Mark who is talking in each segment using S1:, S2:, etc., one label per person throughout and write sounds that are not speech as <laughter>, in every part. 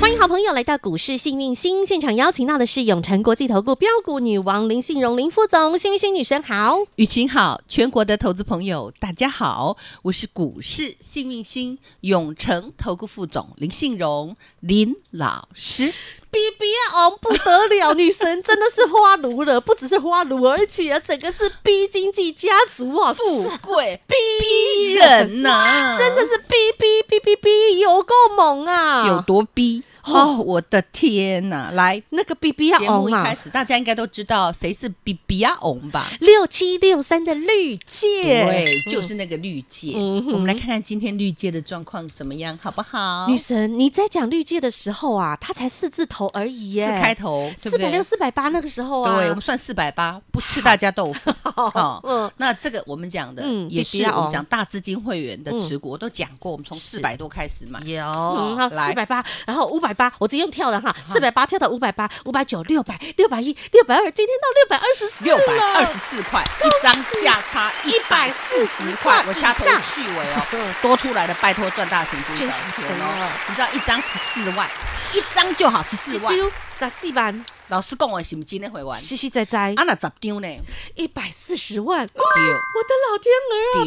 S1: 欢迎好朋友来到股市幸运星现场，邀请到的是永诚国际投顾标股女王林信荣林副总，幸运星女神好。
S2: 雨晴好，全国的投资朋友大家好，我是股市幸运星永诚投顾副总林信荣林老师。
S1: B B 哦不得了，女神真的是花奴了，不只是花奴，而且整个是 B 经济家族 <laughs> 啊，
S2: 富贵
S1: 逼
S2: 逼人
S1: <laughs>
S2: 呐、
S1: 真的是 B B B B B 有够猛啊！
S2: 有多逼哦！我的天呐！来，
S1: 那个 B B
S2: 节目
S1: 哦
S2: 一
S1: 啊
S2: 开，始，大家应该都知道谁是比比亚
S1: <laughs>
S2: 翁吧？
S1: 六七六三的绿界，
S2: 对，就是那个绿界。
S1: 嗯哼
S2: 我们来看看今天绿界的状况怎么样，好不好？
S1: 女
S2: 四
S1: 神，你在讲绿界的时候啊，它才四字头而已耶，
S2: 开头，
S1: 四
S2: 对不
S1: 百
S2: 对？
S1: 六、四百八那个时候啊，
S2: 对，我们算四百八，不吃大家豆
S1: <laughs>
S2: 腐。好，
S1: 嗯
S2: 那这个我们讲的
S1: 嗯
S2: 也
S1: 比
S2: 是
S1: 比较
S2: 我
S1: 哦
S2: 们讲大资金会员的持股，我都讲过，我们从
S1: 是
S2: 四百多开始嘛。
S1: 有，
S2: 哦
S1: 然后嗯四
S2: 来啊
S1: 百八，然后五百八，我直接用跳的哈，四百八跳到五百八，五百九、六百、六百一、六百二，今天到六百二十四
S2: 六百二十四块一张价差一百四十块
S1: 块，
S2: 我掐
S1: 以
S2: 头
S1: 上
S2: 去尾
S1: 嗯
S2: 哦，多出来的拜托赚大钱不
S1: 赚
S2: 赚
S1: 小
S2: 钱
S1: 钱
S2: 哦
S1: 了。
S2: 你知道一张十四万，一张就好十四万。
S1: 丢咋四万，
S2: 老师讲我是不是今天会玩？
S1: 实实在在
S2: 啊那十张呢？
S1: 一百四十万，我
S2: 对
S1: 的老天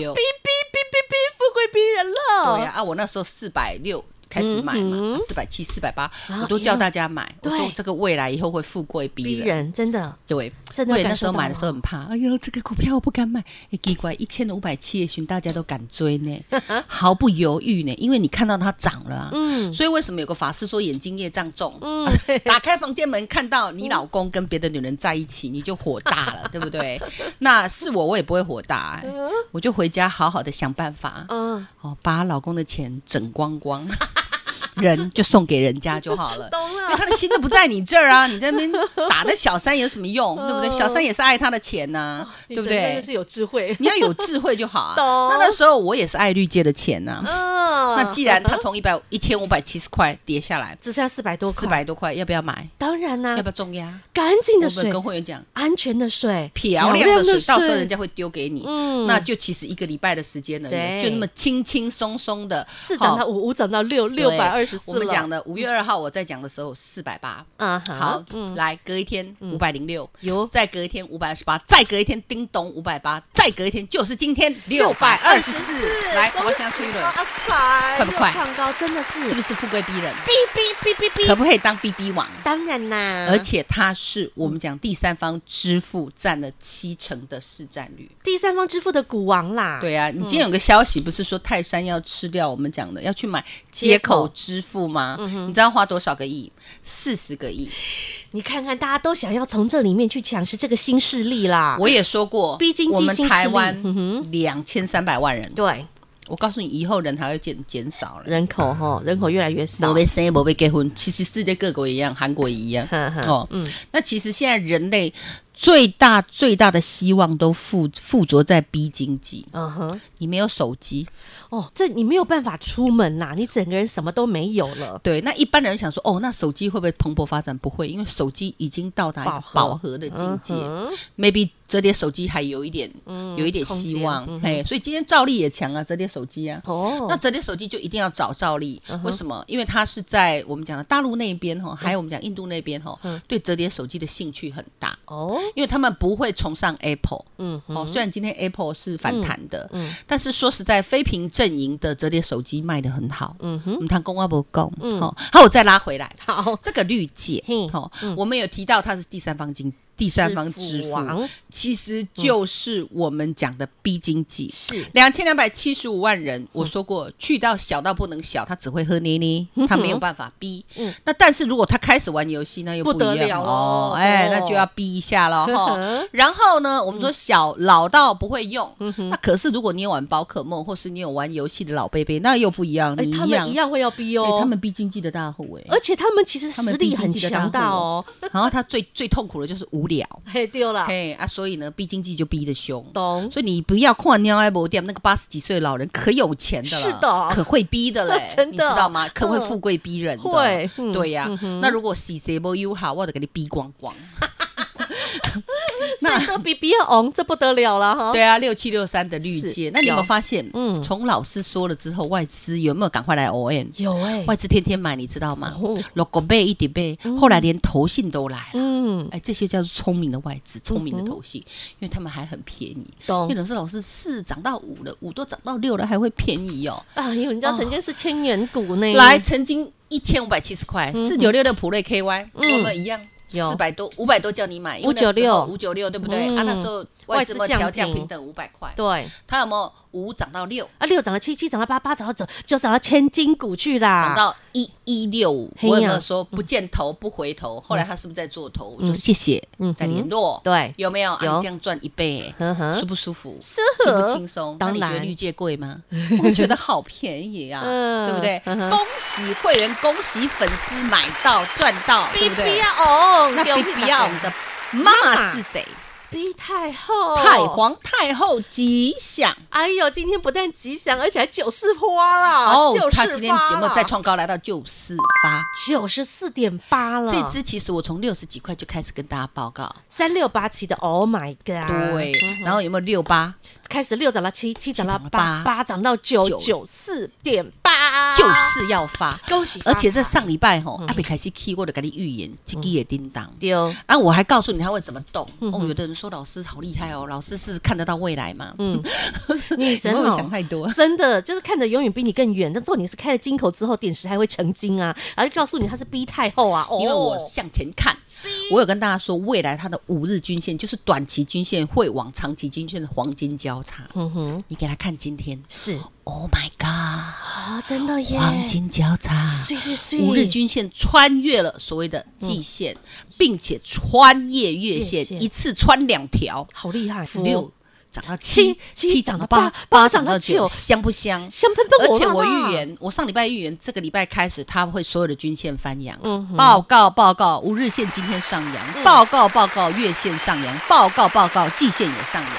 S1: 儿啊，
S2: 对
S1: 逼逼逼逼逼，富贵逼人了，
S2: 对呀，啊我那时候四百六。开始买
S1: 哦嗯
S2: 嘛啊
S1: 哼，
S2: 四百七、四百八，
S1: 啊
S2: 我都叫大家买。我
S1: 对
S2: 说这个未来以后会富贵逼
S1: 逼
S2: 人，
S1: 人真的，
S2: 对，
S1: 真的
S2: 我也
S1: 感
S2: 那时
S1: 受
S2: 候
S1: 到
S2: 买的
S1: 了
S2: 时候很怕，哎呦，这个股票我不敢买，哎，奇怪，一千五百七也许大家都敢追呢，
S1: <laughs>
S2: 毫不犹豫呢，因为你看到它涨了啊。
S1: 嗯，
S2: 所以为什么有个法师说眼睛业障重？啊
S1: 嗯 <laughs>
S2: 打开房间门看到你老公跟别的女人在一起，你就火大了，对不对？那是我，我也不会火大、哎我就回家好好的想办法，
S1: 嗯，
S2: 哦，把老公的钱整光光， <laughs> 人就送给人家就好了。
S1: 懂
S2: 因为
S1: 了，
S2: 他的心都不在你这
S1: <laughs>
S2: 儿啊，你在那边打那小三有什么用，
S1: 嗯哦
S2: 对不对？小三也是爱他的钱呐、对不
S1: <laughs> 女神真
S2: 对
S1: 的？是有智慧，
S2: 你要有智慧就好啊。
S1: <laughs> 懂
S2: 那那时候我也是爱绿界的钱呐、
S1: 嗯，
S2: 那既然他从一百一千五百七十块跌下来，
S1: 只剩下四百多
S2: 四
S1: 块，
S2: 百多块，要不要买？
S1: 当然啦
S2: 要，不要重压？
S1: 干净
S2: 我
S1: 的
S2: 们
S1: 水，
S2: 跟会员讲，
S1: 安全的水，
S2: 漂亮的水，到时候人家会丢给你。
S1: 嗯，
S2: 那就其实一个礼拜的时间呢，
S1: 对
S2: 就那么轻轻松松的，
S1: 四涨
S2: 好
S1: 到五，五涨到六，
S2: 对
S1: 六百二十四。
S2: 我们讲，的五月二号我在讲的时候四百八，
S1: 啊，
S2: 好，
S1: 嗯，
S2: 来隔一天五百零六，
S1: 有
S2: 再隔一天五百二十八，再隔一天叮咚五百八，再隔一天就是今天六百二十四，来，我
S1: 恭
S2: 要
S1: 喜
S2: 先吹一轮
S1: 发，财，
S2: 快不快
S1: 又创高真的是，
S2: 是不是富贵逼人？
S1: 哔哔哔哔
S2: 可
S1: 哔？
S2: 不可以当 BB 王？
S1: 当然啦，
S2: 而且它是我们讲第三方支付占了七成的市占率。
S1: 第三方支付的股王啦，
S2: 对啊，你今天有个消息，不是说泰山要吃掉我们讲的要去买
S1: 接
S2: 接
S1: 口
S2: 口支付吗？你知道花多少个亿？四十个亿。
S1: 你看看大家都想要从这里面去抢食这个新势力啦，
S2: 我也说过，
S1: 逼啊经济
S2: 我们
S1: 新势
S2: 台
S1: 力
S2: 湾
S1: 嗯哼
S2: 两千三百万人，
S1: 对，
S2: 我告诉你，以后人还会减减少了。
S1: 人口哈，人口越来越少
S2: 没，被生，没被结婚，其实世界各国一样，韩国也一样
S1: 呵呵。嗯
S2: 哦，那其实现在人类最大最大的希望都附附着在逼经济。
S1: 嗯哼，
S2: 你没有手机，
S1: 哦，这你没有办法出门啦，你整个人什么都没有了，
S2: 对，那一般人想说，哦，那手机会不会蓬勃发展？不会，因为手机已经到达一
S1: 饱
S2: 个
S1: 和
S2: 饱和的境界。
S1: 嗯哼
S2: maybe 折叠手机还有一点，有一点
S1: 空间
S2: 希望
S1: 嗯。
S2: 哎、所以今天照例也强啊，折叠手机啊。
S1: 哦，嗯
S2: 那折叠手机就一定要找照例，为什么？因为它是在我们讲的大陆那边哈，还有我们讲印度那边哈，
S1: 嗯
S2: 对折叠手机的兴趣很大，
S1: 哦，
S2: 因为他们不会崇尚 Apple
S1: 嗯哼，
S2: 哦。虽然今天 Apple 是反弹的，
S1: 嗯
S2: 但是说实在，非屏阵营的折叠手机卖得很好。
S1: 嗯哼，
S2: 嗯，他公关不够，嗯，好，好，我再拉回来，
S1: 好，
S2: 这个绿界
S1: 嘿，
S2: 好，我们有提到它是第三方经第三方支付，
S1: 王
S2: 其实就是我们讲的逼经济。
S1: 是
S2: 两千两百七十五万
S1: 嗯
S2: 人，我说过，去到小到不能小，他只会喝捏捏，他没有办法逼。
S1: 嗯
S2: 那但是如果他开始玩游戏，那又
S1: 不
S2: 不
S1: 得
S2: 一样
S1: 了哦
S2: 哎
S1: 哦，
S2: 那就要逼一下
S1: <laughs>
S2: 了哈。然后呢，我们说小老到不会用，
S1: 嗯
S2: 那可是如果你有玩宝可梦，或是你有玩游戏的老贝贝，那又不一样，
S1: 哎
S2: 你，
S1: 他
S2: 一
S1: 们
S2: 样
S1: 一。样会呃要逼
S2: 哎
S1: 哦，
S2: 他们逼经济的大户哎，
S1: 而且他们其实实力很强大哦，
S2: 然后他最最痛苦的就是无聊，
S1: 嘿，丢了，
S2: 嘿啊，所以呢，逼经济就逼得凶。
S1: 懂
S2: 所以你不要看尿爱博店那个八十几岁的老人，可有钱的了，
S1: 是的
S2: 可会逼的嘞，
S1: <laughs> 真的
S2: 你知道吗？可会富贵逼人的，
S1: 会嗯
S2: 对呀、那如果洗谁不友好，我得给你逼光光。
S1: 那这比比尔昂这不得了了哈，
S2: 对啊，六七六三的绿
S1: 哦是
S2: 界，那你有没
S1: 有
S2: 有发现？
S1: 嗯
S2: 嗯，从老师说了之后，外资有没有欸赶快来 O N？
S1: 有哎
S2: 外资天天买，你知道吗
S1: 哦？
S2: 六个倍一点倍，后来连投信都来了。
S1: 嗯，
S2: 哎，这些叫做聪明的外资，聪明的投信，因为他们还很便宜。
S1: 懂
S2: 因为老师老师四涨到五了，五都涨到六了，还会便宜哦。
S1: 啊，因为人家曾经是千元股呢，
S2: 来，曾经一千五百七十块，四九六的普瑞 KY，我们一样。
S1: 嗯有
S2: 四百多，五百多叫你买，
S1: 596
S2: 五九六，对不对？
S1: 嗯
S2: 啊，那时候
S1: 外
S2: 外
S1: 资
S2: 资嘛
S1: 降
S2: 调降
S1: 平
S2: 平等五百块，
S1: 对
S2: 它有没有五涨到六，
S1: 啊，六涨到七，七涨到八，八涨到九，九涨到千金股去
S2: 涨
S1: 啦，
S2: 到一一六五？
S1: 啊嘿呀嗯
S2: 我有没有说不见头不回头？后来他是不是在做头？我说谢谢
S1: 嗯哼，
S2: 再联络，
S1: 对
S2: 有没有？啊
S1: 有
S2: 你这样赚一倍，
S1: 呵呵
S2: 舒不舒服？
S1: 是
S2: 轻不轻松？
S1: 当然
S2: 那你觉得绿界
S1: <laughs>
S2: 贵吗？我觉得好便宜啊，
S1: 嗯
S2: 对不对？
S1: 嗯哼
S2: 恭喜会员，恭喜粉丝买到赚到，
S1: 比
S2: 对不
S1: 比
S2: 对？
S1: 尔昂，
S2: 那
S1: 丢
S2: 比
S1: 屁
S2: 比奥的妈是谁？
S1: 比太后，
S2: 太，皇太后吉祥。
S1: 哎呦，今天不但吉祥，而且还九四花啦，
S2: 哦
S1: 94，
S2: 他今天有没有
S1: 啦
S2: 再？创高，来到九四八？
S1: 九十四点八了，
S2: 这只其实我从六十几块就开始跟大家报告，
S1: 三六八七的，Oh my god！
S2: 对，
S1: 嗯
S2: 然后有没有六八？
S1: 开始六涨到七，七涨到
S2: 七涨到
S1: 八，
S2: 八
S1: 八涨到九，
S2: 九
S1: 九四点八，
S2: 就是要发，
S1: 恭喜发财！
S2: 而且在上礼拜吼，阿北开始 key 我的给你预言，这个也叮当。
S1: 丢，
S2: 啊，我还告诉你他会怎么动。哦，有的人说老师好厉害哦，老师是看得到未来嘛？ <laughs> 嗯，
S1: 女
S2: 有
S1: 神
S2: 没有
S1: 哦
S2: 想太多？
S1: <laughs> 真的就是看着永远比你更远，但重点是开了金口之后，点石还会成金啊，然后就告诉你他是逼太后啊，哦，
S2: 因为我向前看，
S1: 是
S2: 我有跟大家说，未来它的五日均线就是短期均线会往长期均线的黄金交叉。
S1: 嗯哼，
S2: 你给他看今天
S1: 是
S2: ，Oh my God，
S1: 啊，真的耶，
S2: 黄金交叉。
S1: 碎碎碎，
S2: 五日均线穿越了所谓的季线，并且穿越嗯月
S1: 月线
S2: 线，一次穿两条，
S1: 好厉害，
S2: 六涨到
S1: 七
S2: 七，
S1: 七
S2: 七涨到
S1: 涨到八，
S2: 八
S1: 八
S2: 八
S1: 涨
S2: 涨
S1: 到
S2: 到
S1: 九
S2: 九，香不香？
S1: 香喷喷
S2: 而
S1: 火
S2: 且
S1: 辣辣，
S2: 我预言，我上礼拜预言，这个礼拜开始它会所有的均线翻扬。
S1: 嗯哼嗯
S2: 报告报告，五日线今天上扬，报告报告，月线上扬，报告报告，季线也上扬。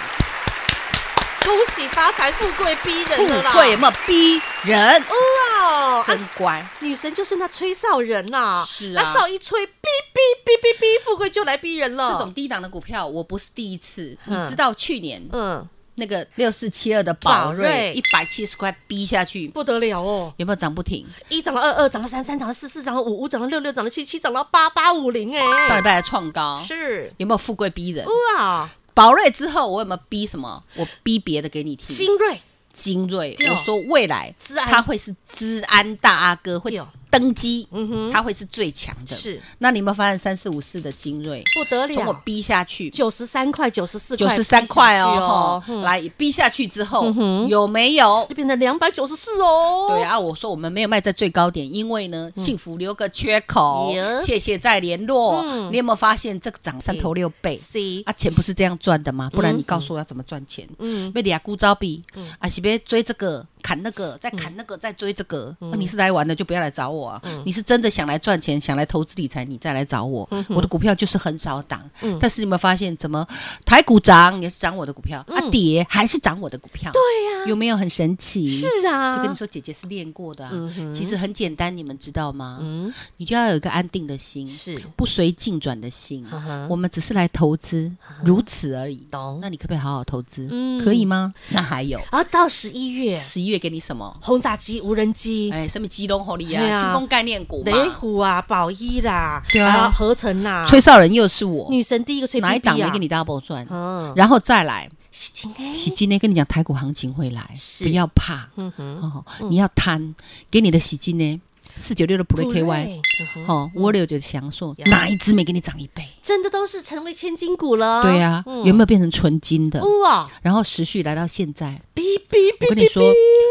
S1: 恭喜发财，富贵逼
S2: 富
S1: 人了啦，
S2: 贵有没有逼人？
S1: 哇，啊
S2: 真乖，
S1: 女神就是那吹哨人呐、
S2: 是
S1: 那
S2: 啊
S1: 哨一吹，哔哔哔哔哔，富贵就来逼人了。
S2: 这种低档的股票我不是第一次，你
S1: 哦嗯
S2: 知道去年
S1: 嗯，
S2: 那个六四七二的
S1: 宝
S2: 宝
S1: 瑞
S2: 瑞一百七十块逼下去，
S1: 不得了哦！
S2: 有没有涨不停？
S1: 一涨到二，二涨到三，三涨到四，四涨到五，五涨到六，六涨到七，七涨到八，八五零
S2: 上礼
S1: 哎，
S2: 拜还创高，
S1: 是嗯
S2: 有没有富贵逼人？
S1: 哇，
S2: 宝瑞之后我有没有逼什么？我逼别的给你听。
S1: 新锐
S2: 精锐
S1: 对，
S2: 我说未来
S1: 资安
S2: 他会是资安大阿哥，会
S1: 对
S2: 登基
S1: 嗯哼，
S2: 他会是最强的。
S1: 是，
S2: 那你有没有发现三四五四的精锐
S1: 不得
S2: 从我
S1: 了，
S2: 逼下去？
S1: 九十三块，九十四
S2: 九
S1: 块，
S2: 十三块哦，
S1: 嗯哦
S2: 吼来逼下去之后有没有
S1: 就？变成两百九十四哦。
S2: 对，啊，我说我们没有卖在最高点，因为呢，
S1: 嗯
S2: 幸福留个缺口
S1: 耶，
S2: 谢谢再联络
S1: 嗯。
S2: 你有没有发现这个涨三头六倍？
S1: C
S2: 啊，钱不是这样赚的吗？不然你告诉我要怎么赚钱？
S1: 嗯
S2: 嗯，被俩孤招比，啊，是别追这个砍那个，
S1: 嗯
S2: 再砍那个，再追这个。啊你是来玩的，就不要来找我啊！
S1: 嗯
S2: 你是真的想来赚钱，想来投资理财，你再来找我。我的股票就是很少涨，
S1: 嗯
S2: 但是你有没有发现，怎么台股涨也是涨我的股票，啊跌还是涨我的股票？
S1: 嗯对呀、
S2: 有没有很神奇？
S1: 是啊，嗯
S2: 就跟你说，姐姐是练过的啊。其实很简单，你们知道吗？你就要有一个安定的心，
S1: 是
S2: 不随境转的心
S1: 嗯哼。
S2: 我们只是来投资，如此而已。
S1: 啊懂
S2: 那你可不可以好好投资
S1: 嗯？
S2: 可以吗？那还有
S1: 然后啊到十一月，
S2: 十一月给你什么？
S1: 轰炸机、无人机、
S2: 哎，什么基隆红利
S1: 对啊
S2: 啊，军工概念股嘛。
S1: 雷虎啊、宝一啦，
S2: 对啊
S1: 然后合成啦，
S2: 吹哨人又是我，
S1: 女神第一个吹 BB 啊
S2: 哪一档没给你？double 赚？
S1: 嗯，
S2: 然后再来，
S1: 喜庆哎，
S2: 喜今天跟你讲台股行情会来，
S1: 是
S2: 不要怕
S1: 嗯哼，
S2: 哦，你要贪，给你的喜金呢，四九六的普瑞 KY。
S1: 嗯哼
S2: 哦，我有就想说，
S1: 呀
S2: 哪一只没给你涨一倍？
S1: 真的都是成为千金股了。
S2: 对呀、有
S1: 嗯
S2: 没有变成纯金的？
S1: 有啊？
S2: 然后持续来到现在，
S1: 哔哔哔嗯
S2: 我跟你说，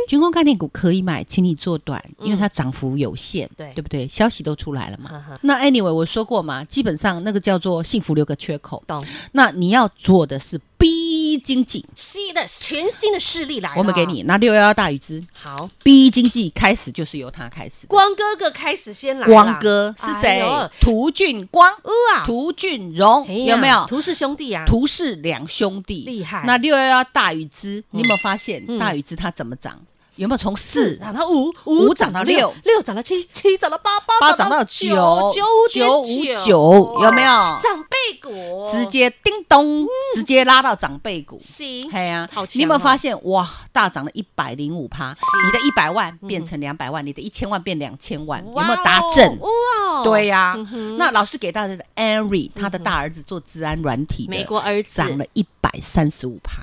S2: 军工概念股可以买，请你做短，因为它涨幅有限，
S1: 对嗯
S2: 对不对？消息都出来了嘛。
S1: 哈哈，
S2: 那 anyway，我说过嘛，基本上那个叫做幸福留个缺口。
S1: 懂。
S2: 那你要做的是 B 经济，
S1: 新的全新的势力来了，
S2: 我们给你那六幺幺大禹之
S1: 好。
S2: B 经济开始就是由它开始的。
S1: 光哥哥开始先来了，
S2: 光哥是
S1: 哎
S2: 谁
S1: 呦？
S2: 涂俊光、
S1: 哇，
S2: 涂俊荣
S1: 哎呀
S2: 有没有？
S1: 涂氏兄弟啊？
S2: 涂氏两兄弟
S1: 厉害
S2: 那六幺幺大禹之，你有没有发现
S1: 嗯
S2: 大禹之它怎么涨？有没有从
S1: 四
S2: 四
S1: 涨到五，
S2: 五涨到六
S1: 六涨到七，七涨到八，八
S2: 八涨到九
S1: 九五
S2: 九
S1: 点
S2: 五九，有没有？
S1: 长辈股？
S2: 直接叮咚，直接拉到长辈股。
S1: 行，
S2: 嘿呀、
S1: 好强哦
S2: 你有没有发现哇，大涨了一百零五趴，你的一百万变成两百万，你的一千万变两千万，有
S1: 嗯哇哦
S2: 没有达阵？
S1: 哇哦，
S2: 对呀、那老师给大家的 Henry，他
S1: 嗯
S2: 的大儿子做治安软体的，
S1: 美国儿子
S2: 涨了一百三十五趴。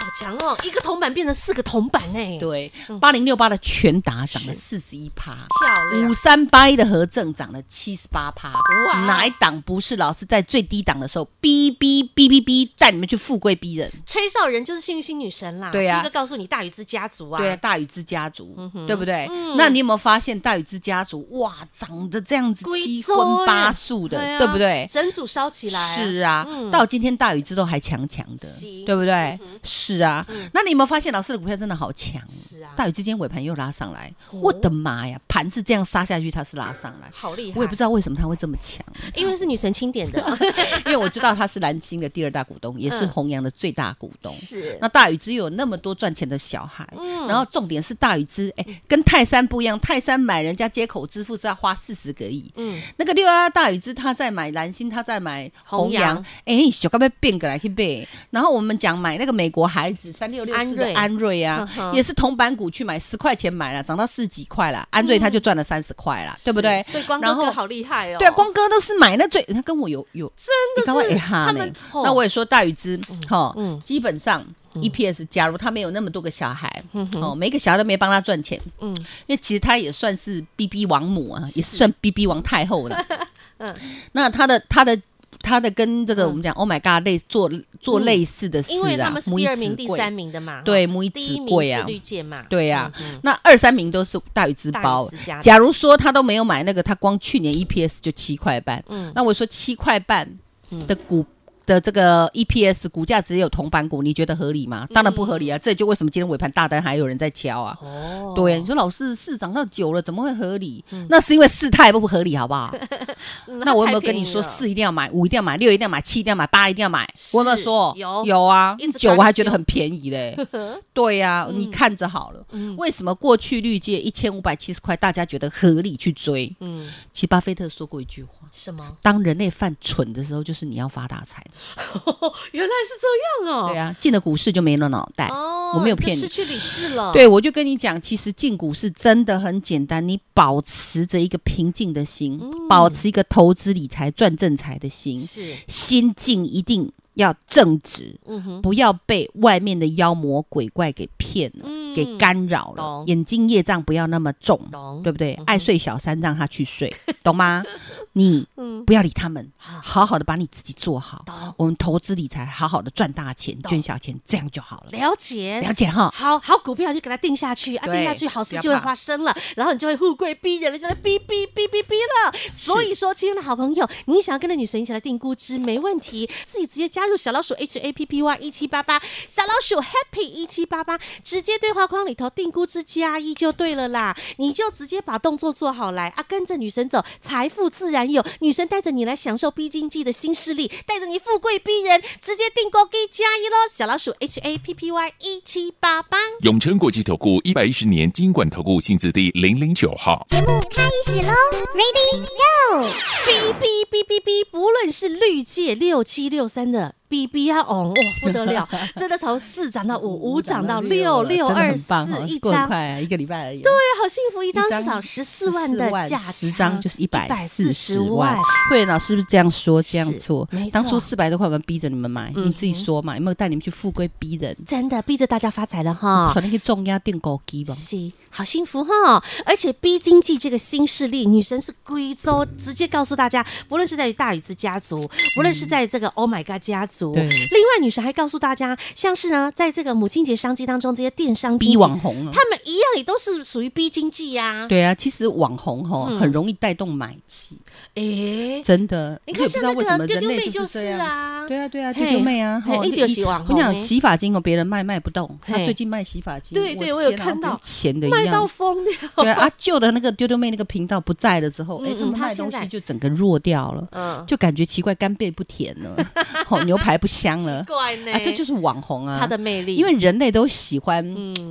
S1: 好强哦，一个铜板变成四个哎铜板呢，
S2: 对，
S1: 嗯
S2: 八零六八的全达涨了四十一趴。
S1: 漂亮
S2: 五，三八一的合正涨了七十八趴
S1: 哇，
S2: 哪一档不是老师在最低档的时候哔哔哔哔哔带你们去富贵逼人？
S1: 吹哨人就是幸运星女神啦，
S2: 对呀
S1: 第一个告诉你大禹之家族啊，
S2: 对啊，大禹之家族，
S1: 嗯
S2: 对不对？那你有没有发现大禹之家族哇，长得这样子
S1: 贵
S2: 七
S1: 州耶
S2: 荤八素的，
S1: 啊
S2: 对不对？
S1: 整组烧起来，嗯
S2: 是啊，到今天大禹之都还强强的
S1: 是，
S2: 对不对？是啊，那你有没有发现老师的股票真的好强？
S1: 嗯是啊哦
S2: 大禹之间尾盘又拉上来，我的妈呀，盘是这样杀下去，它是拉上来，
S1: 好厉害，
S2: 我也不知道为什么它会这么强。
S1: 因为是女神钦
S2: <laughs>
S1: 点的， <laughs>
S2: 因为我知道他是蓝星的第二大股东，也是弘扬的最大股
S1: 嗯
S2: 东。
S1: 是嗯
S2: 那大禹之有那么多赚钱的小孩，然后重点是大禹之，哎、跟泰山不一样，泰山买人家接口支付是要花四十个亿，
S1: 嗯
S2: 那个六幺幺大禹之他在买蓝星，他在买弘
S1: 弘
S2: 扬
S1: 扬，
S2: 哎、小高被变过来去背。然后我们讲买那个美国孩子三六六
S1: 安
S2: 四
S1: 瑞
S2: 的安瑞啊，
S1: 呵呵
S2: 也是铜板股去买，十块钱买了，涨到四十几块了，安瑞
S1: 嗯
S2: 他就赚了三十块了，对不对？
S1: 所以光哥
S2: 然
S1: 哥
S2: 后
S1: 好厉害哦，
S2: 对啊，光哥都是买那最，他跟我有有
S1: 真的
S2: 你
S1: 是
S2: 知道我
S1: 他
S2: 哎哈
S1: 们
S2: 呢
S1: 吼。
S2: 那我也说大禹之，哈
S1: 嗯，嗯
S2: 基本上 EPS，假如他没有那么多个小孩，
S1: 哼
S2: 哦，每一个小孩都没帮他赚钱，
S1: 嗯
S2: 嗯，因为其实他也算是 BB 王母啊，也是算 BB 王太后的。
S1: <laughs> 嗯
S2: 那他的他的。他的跟这个
S1: 嗯
S2: 我们讲，Oh my God，类做做
S1: 嗯
S2: 类似的事啊，
S1: 因为他们是
S2: 母以
S1: 第二
S2: 子
S1: 名、第
S2: 贵
S1: 三名的嘛，
S2: 对
S1: 哈
S2: 母以
S1: 第一
S2: 子
S1: 名
S2: 贵
S1: 是
S2: 啊
S1: 绿箭嘛，
S2: 对呀、
S1: 嗯嗯
S2: 那二三名都是大禹之包
S1: 大禹之家的。
S2: 假如说他都没有买那个，他光去年 EPS 就七块半。
S1: 嗯
S2: 那我说七块半的股。的这个 EPS 股价只有铜板股，你觉得合理吗？当然不合理啊！这就为什么今天尾盘大单还有人在敲啊。
S1: 嗯哦，
S2: 对啊，你说老师市涨到九了，怎么会合理？那是因为事态不合理，好不好？
S1: 嗯，
S2: 那我有没有跟你
S1: 太便宜
S2: 说
S1: 了
S2: 四一定要买，五一定要买，六一定要买，七一定要买，八一定要买？
S1: 是
S2: 我有没有说？
S1: 有
S2: 有啊
S1: 一直，
S2: 九
S1: 看
S2: 我还
S1: 着嗯
S2: 觉得
S1: 九
S2: 很便
S1: <laughs>
S2: 宜嘞。对呀，你看着好了。
S1: 嗯
S2: 为什么过去绿界一千五百七十块，大家觉得合理去追？
S1: 嗯
S2: 其实巴菲特说过一句话。
S1: 什
S2: <laughs>
S1: 么？
S2: 当人类犯蠢的时候，就是你要发大财。
S1: 原来是这样哦，
S2: 对啊，进了股市就没了脑袋。
S1: 哦，
S2: 我没有
S1: 就
S2: 骗你
S1: 失去理智了，，
S2: 对，我就跟你讲，其实进股市真的很简单，你保持着一个平静的心，
S1: 嗯
S2: 保持一个投资理财赚正财的心，
S1: 是，
S2: 心境一定要正直，
S1: 嗯哼，
S2: 不要被外面的妖魔鬼怪给骗了，
S1: 嗯
S2: 给干扰了
S1: 懂，
S2: 眼睛业障不要那么重，
S1: 懂，嗯
S2: 对不对？爱睡小三让他
S1: <laughs>
S2: 去睡，懂吗？你不要理他们，
S1: 好
S2: 好好的把你自己做好
S1: 嗯啊懂。
S2: 我们投资理财，好好的赚大钱，
S1: 懂
S2: 捐小钱，这样就好了。
S1: 了解，
S2: 了解哈？
S1: 好好股票就给它定下去啊，
S2: 对
S1: 定下去好事就
S2: 不
S1: 会
S2: 要怕
S1: 发生了，然后你就会富贵逼人了，就来逼逼逼逼逼了。所以说，亲爱的好朋友，你想要跟着女神一起来定估值，没问题，自己直接加入小老鼠 H A P P Y 一七八八，小老鼠 Happy 一七八八，直接对话框里头定估值加一就对了啦，你就直接把动作做好来啊，跟着女神走，财富自然有，女神带着你来享受逼经济的新势力，带着你富贵逼人，直接定勾给加一喽，小老鼠 H A P P Y 一七八八。
S3: 永诚国际投顾一百一十年金管投顾性质第零零九号。
S1: 哔哔哔哔哔，不论是绿界六七六三的比比啊哦，哇不得
S2: <laughs>
S1: 了，真的从四涨到五，五涨到六，六二四一
S2: 过很
S1: 张，
S2: 快啊，一个礼拜而已。对，
S1: 对，好幸福，一张
S2: 一张
S1: 至少十四万的价啊差，
S2: 十张就是一百四十
S1: 140
S2: 万。会员老师是不是这样说这样
S1: 是
S2: 做
S1: 没？
S2: 当
S1: 错嗯
S2: 初四百多块我们逼着你们买，你自己说嘛，有没有带你们去富贵逼人？
S1: 真的逼着大家发财了哈。
S2: 可能去重压订购机
S1: 啊
S2: 吧。
S1: 是，好幸福哈！而且 B 经济这个新势力，女神是贵州，直接告诉大家，不论是在于大禹之家族，不论是在这个 Oh My God 家族，
S2: 嗯对
S1: 另外女神还告诉大家，像是呢，在这个母亲节商机当中，这些电商经济
S2: 逼网，红啊，
S1: 他们一样也都是属于 B 经济呀、
S2: 对啊，其实网红吼
S1: 嗯
S2: 很容易带动买气，
S1: 诶，
S2: 真的。
S1: 哎你
S2: 我
S1: 看
S2: 也不知
S1: 像
S2: 道
S1: 那
S2: 为什
S1: 个
S2: 么
S1: 丢
S2: 人
S1: 丢
S2: 类
S1: 妹就是是
S2: 这样。
S1: 啊，
S2: 对啊，对啊，
S1: 嘿
S2: 丢丢妹啊，
S1: 嘿
S2: 吼
S1: 一丢洗网
S2: 我
S1: 红
S2: 跟你讲
S1: 欸
S2: 洗发精哦，别人卖卖不动，他
S1: 嘿
S2: 最近卖洗发精，
S1: 对对我有
S2: 天啊
S1: 看到
S2: 跟钱的一
S1: 卖到
S2: 样。
S1: 疯掉。 <laughs>
S2: 对啊，啊旧的那个丢丢妹那个频道不在了之后，哎，
S1: 嗯
S2: 他们
S1: 嗯
S2: 卖
S1: 他现
S2: 东西
S1: 在
S2: 就整个弱掉了，
S1: 嗯，
S2: 就感觉奇怪，干贝不甜了， <laughs> 吼牛排不香了
S1: <laughs> 奇， <laughs> 怪呢，
S2: 啊，这就是网红啊，
S1: 它的嗯魅力，
S2: 因为人类都喜欢，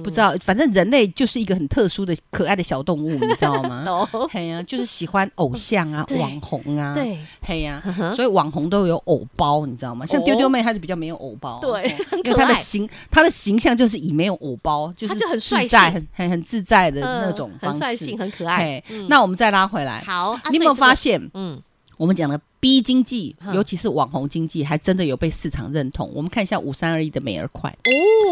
S2: 不知道，反正人类就是一个很特殊的可爱的小动物，你知道吗？
S1: <laughs> 懂
S2: 嘿呀、就是喜欢偶像啊、
S1: 对
S2: 网红 <laughs> 啊，，
S1: 哦对
S2: 嘿呀、
S1: 嗯哼
S2: 所以网红都有偶包，你知道吗？像
S1: 哦
S2: 丢丢妹，她就比较没有偶包，
S1: 对
S2: 哦
S1: 很
S2: 因为
S1: 可
S2: 她的
S1: 爱
S2: 形，她的形象就是以没有偶包，就是
S1: 她就很帅
S2: 自在，
S1: 性
S2: 很很很自在的
S1: 嗯
S2: 那种方
S1: 很
S2: 式，
S1: 率性，很可爱。嗯
S2: 嘿那我们再拉回来，
S1: 好，啊
S2: 你有没有发？现？
S1: 所以这个嗯，
S2: 我们讲的 B 经济，
S1: 哼
S2: 尤其是网红经济，还真的有被市场认同。我们看一下五三二一的美而快。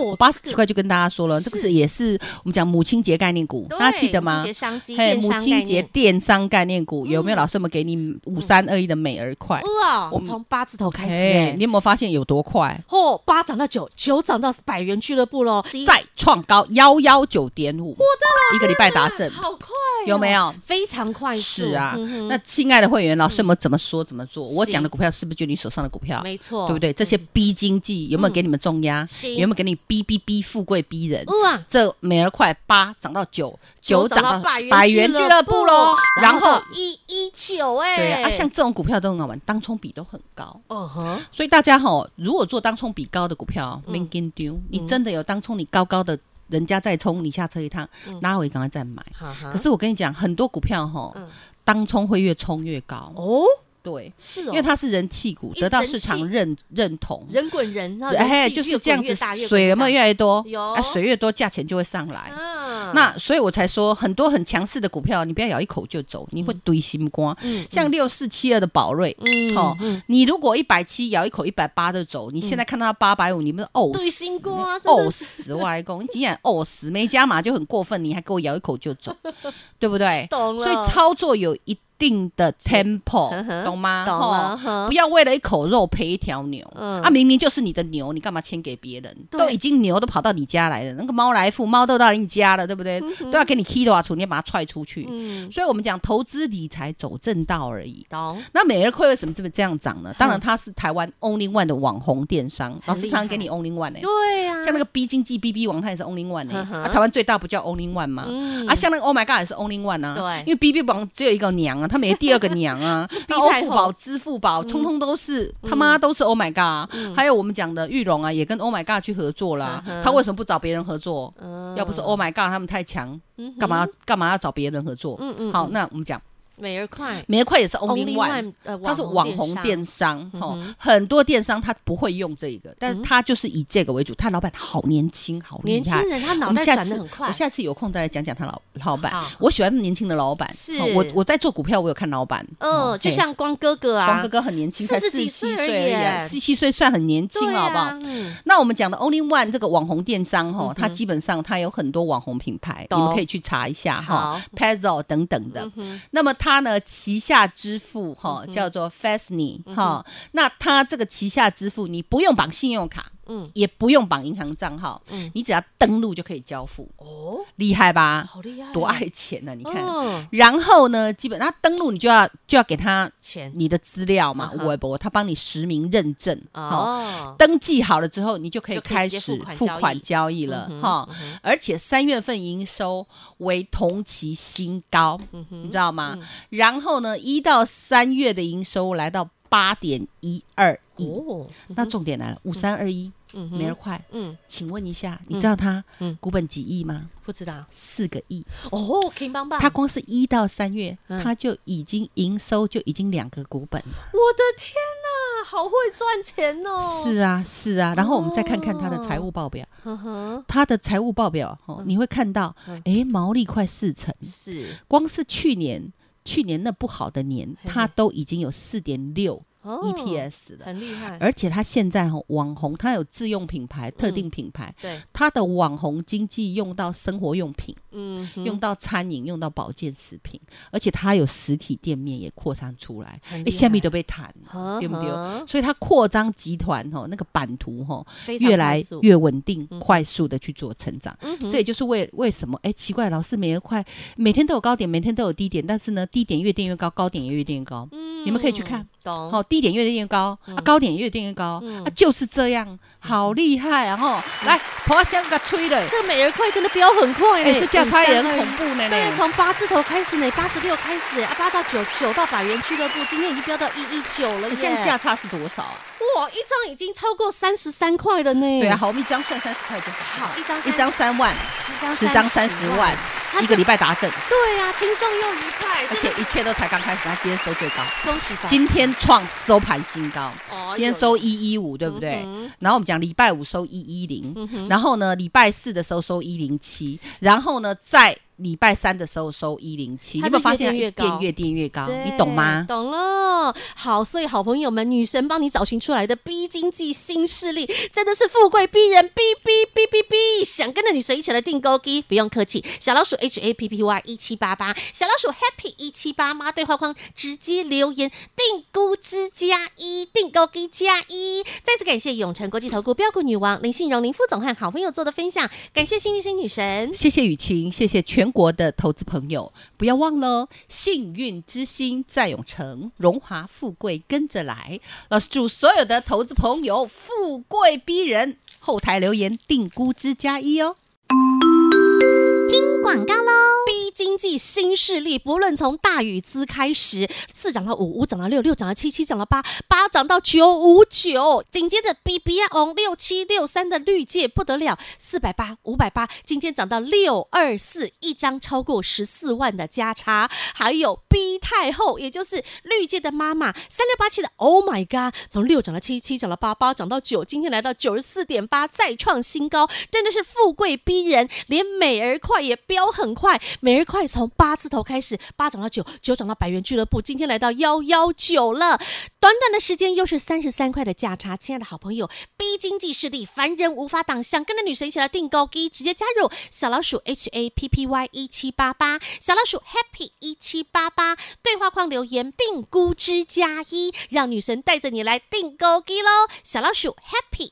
S1: 哦，
S2: 八十几块就跟大家说了，
S1: 是
S2: 这个是也是我们讲母亲节概念股，
S1: 对
S2: 大家记得吗
S1: 母亲？节商机，
S2: 嘿，
S1: 电商
S2: 母亲节
S1: 概嗯
S2: 电商概念股有没有老师们给你五三二一的美而快？
S1: 念哇，
S2: 我
S1: 我
S2: 们
S1: 们从八字头开始
S2: 嘿，
S1: 哎
S2: 你，有没有发现有多快？
S1: 嚯，八涨到九，九涨到百元俱乐部啊喽，
S2: 再创高幺幺九点五，我的一个礼拜达阵，
S1: 好快，哦
S2: 有没？有？
S1: 非常快速，
S2: 是啊
S1: 嗯，哼
S2: 那亲爱的会员，老师们怎么说怎么做？我
S1: 是
S2: 讲的股票是不是就你手上的股票？
S1: 没错，嗯
S2: 对不？对？这些逼经济有没有给你们重压？
S1: 是
S2: 有没有给你逼逼逼富贵逼人？
S1: 哇，
S2: 这美而快八涨到九，九
S1: 九
S2: 涨
S1: 涨
S2: 到
S1: 到
S2: 百
S1: 百
S2: 元
S1: 元
S2: 俱
S1: 俱
S2: 乐
S1: 乐
S2: 部
S1: 部
S2: 喽
S1: 喽。
S2: 然
S1: 然
S2: 后
S1: 后，一一九，哎，
S2: 对啊，像这种股票都很好玩，当冲比都很高。
S1: 嗯哼，
S2: 所以大家哈、如果做当冲比高的股票，
S1: 嗯
S2: 明跟丢，你真的有当冲你高高的，人家再冲，你下车一趟，
S1: 嗯
S2: 拉回赶快再买。
S1: 哈哈
S2: 可是我跟你讲，很多股票哈、
S1: 啊嗯
S2: 当冲会越冲越高，
S1: 哦，
S2: 对，
S1: 是哦，
S2: 因为它是人气股，
S1: 因为
S2: 得到
S1: 人
S2: 市
S1: 气
S2: 场认认同。
S1: 人滚人，然后
S2: 哎，
S1: 人气
S2: 就是
S1: 越
S2: 这样
S1: 滚越
S2: 子
S1: 大，越，滚
S2: 水有没有
S1: 越
S2: 越来越多？
S1: 有
S2: 啊，水越多，价钱就会上来
S1: 大？。嗯
S2: 那所以我才说，很多很强势的股票，你不要咬一口就走，你会堆心肝。像六四七二的宝瑞，
S1: 嗯嗯
S2: 哦，你如果一百七咬一口一百八的走，你现在看到八百五，你们呕
S1: 对
S2: 死，
S1: 新光啊，真的
S2: 呕死外公，你竟然呕死，没加码就很过分，你还给我咬一口就
S1: <laughs>
S2: 走，对不对？
S1: 懂了，
S2: 哦所以操作有一定的 tempo，
S1: 呵呵
S2: 懂吗？
S1: 懂
S2: 吼
S1: 了嗯呵
S2: 不要为了一口肉赔一条牛。
S1: 嗯
S2: 啊，明明就是你的牛，你干嘛牵给别人？
S1: 对
S2: 都已经牛都跑到你家来了，那个猫来富，猫都到你家了，对不对？都要给你 k 的话，出，你要把它踹出去。
S1: 嗯，
S2: 所以我们讲投资理财走正道而已。
S1: 懂。
S2: 那美而快为什么这么这样涨
S1: 嗯
S2: 呢？当然，它是台湾 Only One 的网红电商，老师常常给你 Only One 呢、
S1: 对嗯呀、
S2: 像那个 B 经济 B B 王，它也是 Only One 呢、
S1: 呵呵
S2: 啊，台湾最大不叫 Only One 吗？啊，像那个 Oh My God 也是 Only One 啊，
S1: 嗯对
S2: 因为 B B 王只有一个
S1: <laughs>
S2: 娘啊，他没第二个娘啊，那欧
S1: 太
S2: 付
S1: 后嗯
S2: 宝、支付宝，通通都是他妈都是 Oh My God，啊还有我们讲的玉龙啊，也跟 Oh My God 去合作啦
S1: 嗯，哼
S2: 他为什么不找别人合作？
S1: 嗯
S2: 要不是 Oh My God 他们太强，干嘛要干嘛要找别人合作？
S1: 嗯嗯
S2: 好，那我们讲
S1: 美而快
S2: 美而快也是 Only One。
S1: One，呃，
S2: 它是网红电
S1: 商，嗯
S2: 商，哦，很多电商他不会用这个，但是他就是以这个为主。他老板好年轻，好厉害
S1: 年轻人他脑
S2: 我们
S1: 袋
S2: 下
S1: 转
S2: 次
S1: 的很快
S2: 我，下次有空再来讲讲他老老板
S1: 好。
S2: 我喜欢年轻的老板，
S1: 是
S2: 哦我我在做股票，我有看老板，
S1: 嗯，就
S2: 嘿
S1: 像光哥哥啊，
S2: 光哥哥很年轻，才
S1: 40几
S2: 47
S1: 岁而
S2: 岁
S1: 已
S2: 而已，十七岁算很年轻
S1: 对
S2: 了，好不
S1: 啊
S2: 好？
S1: 嗯，
S2: 那我们讲的 Only One 这个网红电商哈，它基本上它有很多网红品牌，你
S1: 懂
S2: 们可以去查一下哈
S1: 好嗯
S2: ，Pezzo 等等的。那么它呢，旗下支付哈叫做 Fastny
S1: 嗯
S2: 哈，那它这个旗下支付你不用绑信用卡，
S1: 嗯
S2: 也不用绑银行账号，你只要登录就可以交付，
S1: 哦，
S2: 厉害吧？
S1: 好厉害，啊
S2: 多爱钱啊呢，你看。
S1: 嗯，
S2: 然后呢，基本它登录你就要就要给他
S1: 钱
S2: 你的资料嘛，
S1: 嗯哼
S2: 微博他帮你实名认证，好。
S1: 哦，
S2: 登记好了之后，你就可以
S1: 就可
S2: 开
S1: 以直接
S2: 始
S1: 付款交易嗯
S2: 付款交易了哈。而且三月份营收为同期新高，
S1: 嗯
S2: 你知道吗？然后呢，一到三月的营收来到八点一二亿。
S1: 哦，
S2: 那重点来了，五三二一，没人快。
S1: 嗯，
S2: 请问一下，你知道它
S1: 嗯
S2: 股本几亿吗？
S1: 不知道，
S2: 四个亿。
S1: 哦，King 棒棒，
S2: 它光是一到三月，
S1: 嗯
S2: 它就已经营收就已经两个股本了。
S1: 我的天哪，好会赚钱哦。
S2: 是啊，是啊，然后我们再看看它的财务报表，
S1: 呵呵，
S2: 它的财务报表
S1: 嗯
S2: 哦，你会看到，诶，毛利快四成，
S1: 是
S2: 光是去年去年那不好的年，
S1: 嘿
S2: 它都已经有四点六
S1: 哦
S2: EPS 了，
S1: 很嗯厉害。
S2: 而且它现在哦网红，它有自用品牌、特定品牌，
S1: 对，
S2: 它的网红经济用到生活用品，
S1: 嗯哼，
S2: 用到餐饮，用到保健食品，而且它有实体店面也扩散出来，
S1: 很
S2: 诶，
S1: 厉
S2: 哎下面
S1: 害
S2: 都被谈，
S1: 呵
S2: 对不对
S1: 呵
S2: 所以它扩张集团吼，那个版图吼
S1: 非常
S2: 越来
S1: 快速
S2: 越稳定，快速的去做成长。
S1: 嗯哼
S2: 这也就是为为什么哎，奇怪，老师每个快每天都有高点，每天都有低点，但是呢，低点越定越高，高点也越定越高。你们可以去看
S1: 嗯，懂
S2: 好、低点越定越高，啊，高点越定越高，
S1: 嗯
S2: 啊，就是这样，好厉害啊！吼，来，婆香给它吹了，
S1: 这个美人快真的飙很快呢、
S2: 哎，这价差也很恐
S1: 怖。
S2: 怖呢，
S1: 当然
S2: 呢。
S1: 从八字头开始呢，八十六开始，啊八到九，九到百元俱乐部，今天已经飙到一一九了
S2: 哎
S1: 耶！
S2: 这样价差是多少啊？
S1: 哇，一张已经超过三十三块了呢。
S2: 对啊，，好，我们一张算三十块就好，
S1: 嗯好一张
S2: 一张三万，
S1: 十张
S2: 十张三十万，，
S1: 它
S2: 一个
S1: 这
S2: 礼拜达阵，
S1: 对啊，轻松又愉快，
S2: 而且一切都才刚开始，它今天收最高，
S1: 恭喜发财
S2: 今天创收盘新高，
S1: 啊哦
S2: 今天
S1: 有嗯
S2: 收一一五，对不对？然后我们讲礼拜五收一一零，然后呢礼拜四的时候收一零七，然后呢在礼拜三的时候收一零七，你
S1: 它
S2: 有没有
S1: 是
S2: 发
S1: 越
S2: 现
S1: 垫越
S2: 一
S1: 高
S2: 点越垫越高？
S1: 对
S2: 你懂吗？
S1: 懂了。好，所以好朋友们，女神帮你找寻出来的 B 经济新势力，真的是富贵逼人，B B B B B。想跟着女神一起来订购机，不用客气，小老鼠 H A P P Y 一七八八，小老鼠 Happy 一七八妈对话框直接留言订估之加一，订购机加一。再次感谢永诚国际投顾标股女王林信荣林副总和好朋友做的分享，感谢幸运星女神。
S2: 谢谢雨晴，谢谢全国的投资朋友，不要忘了哦，幸运之星在永城，荣华富贵跟着来。老师祝所有的投资朋友富贵逼人，后台留言定估之加一哦。
S1: 广告喽！B 经济新势力，不论从大禹资开始，四涨到五，五涨到六，六涨到七，七涨到八，八涨到九五九，紧接着 B B on 六七六三的绿界不得了，四百八五百八，今天涨到六二四，一张超过十四万的价差，还有 B 太后，也就是绿界的妈妈三六八七的，Oh my god，从六涨到七，七涨到八，八涨到九，今天来到九十四点八，再创新高，真的是富贵逼人，连美儿快也飙很快，美儿快从八字头开始，八涨到九，九涨到百元俱乐部，今天来到幺幺九了，短短的时间又是三十三块的价差，亲爱的好朋友逼经济势力，凡人无法挡，想跟着女神一起来订购机，直接加入小老鼠 H A P P Y 一七八八，小老鼠 Happy 一七八八，对话框留言定估之加一，让女神带着你来订购机喽，小老鼠 Happy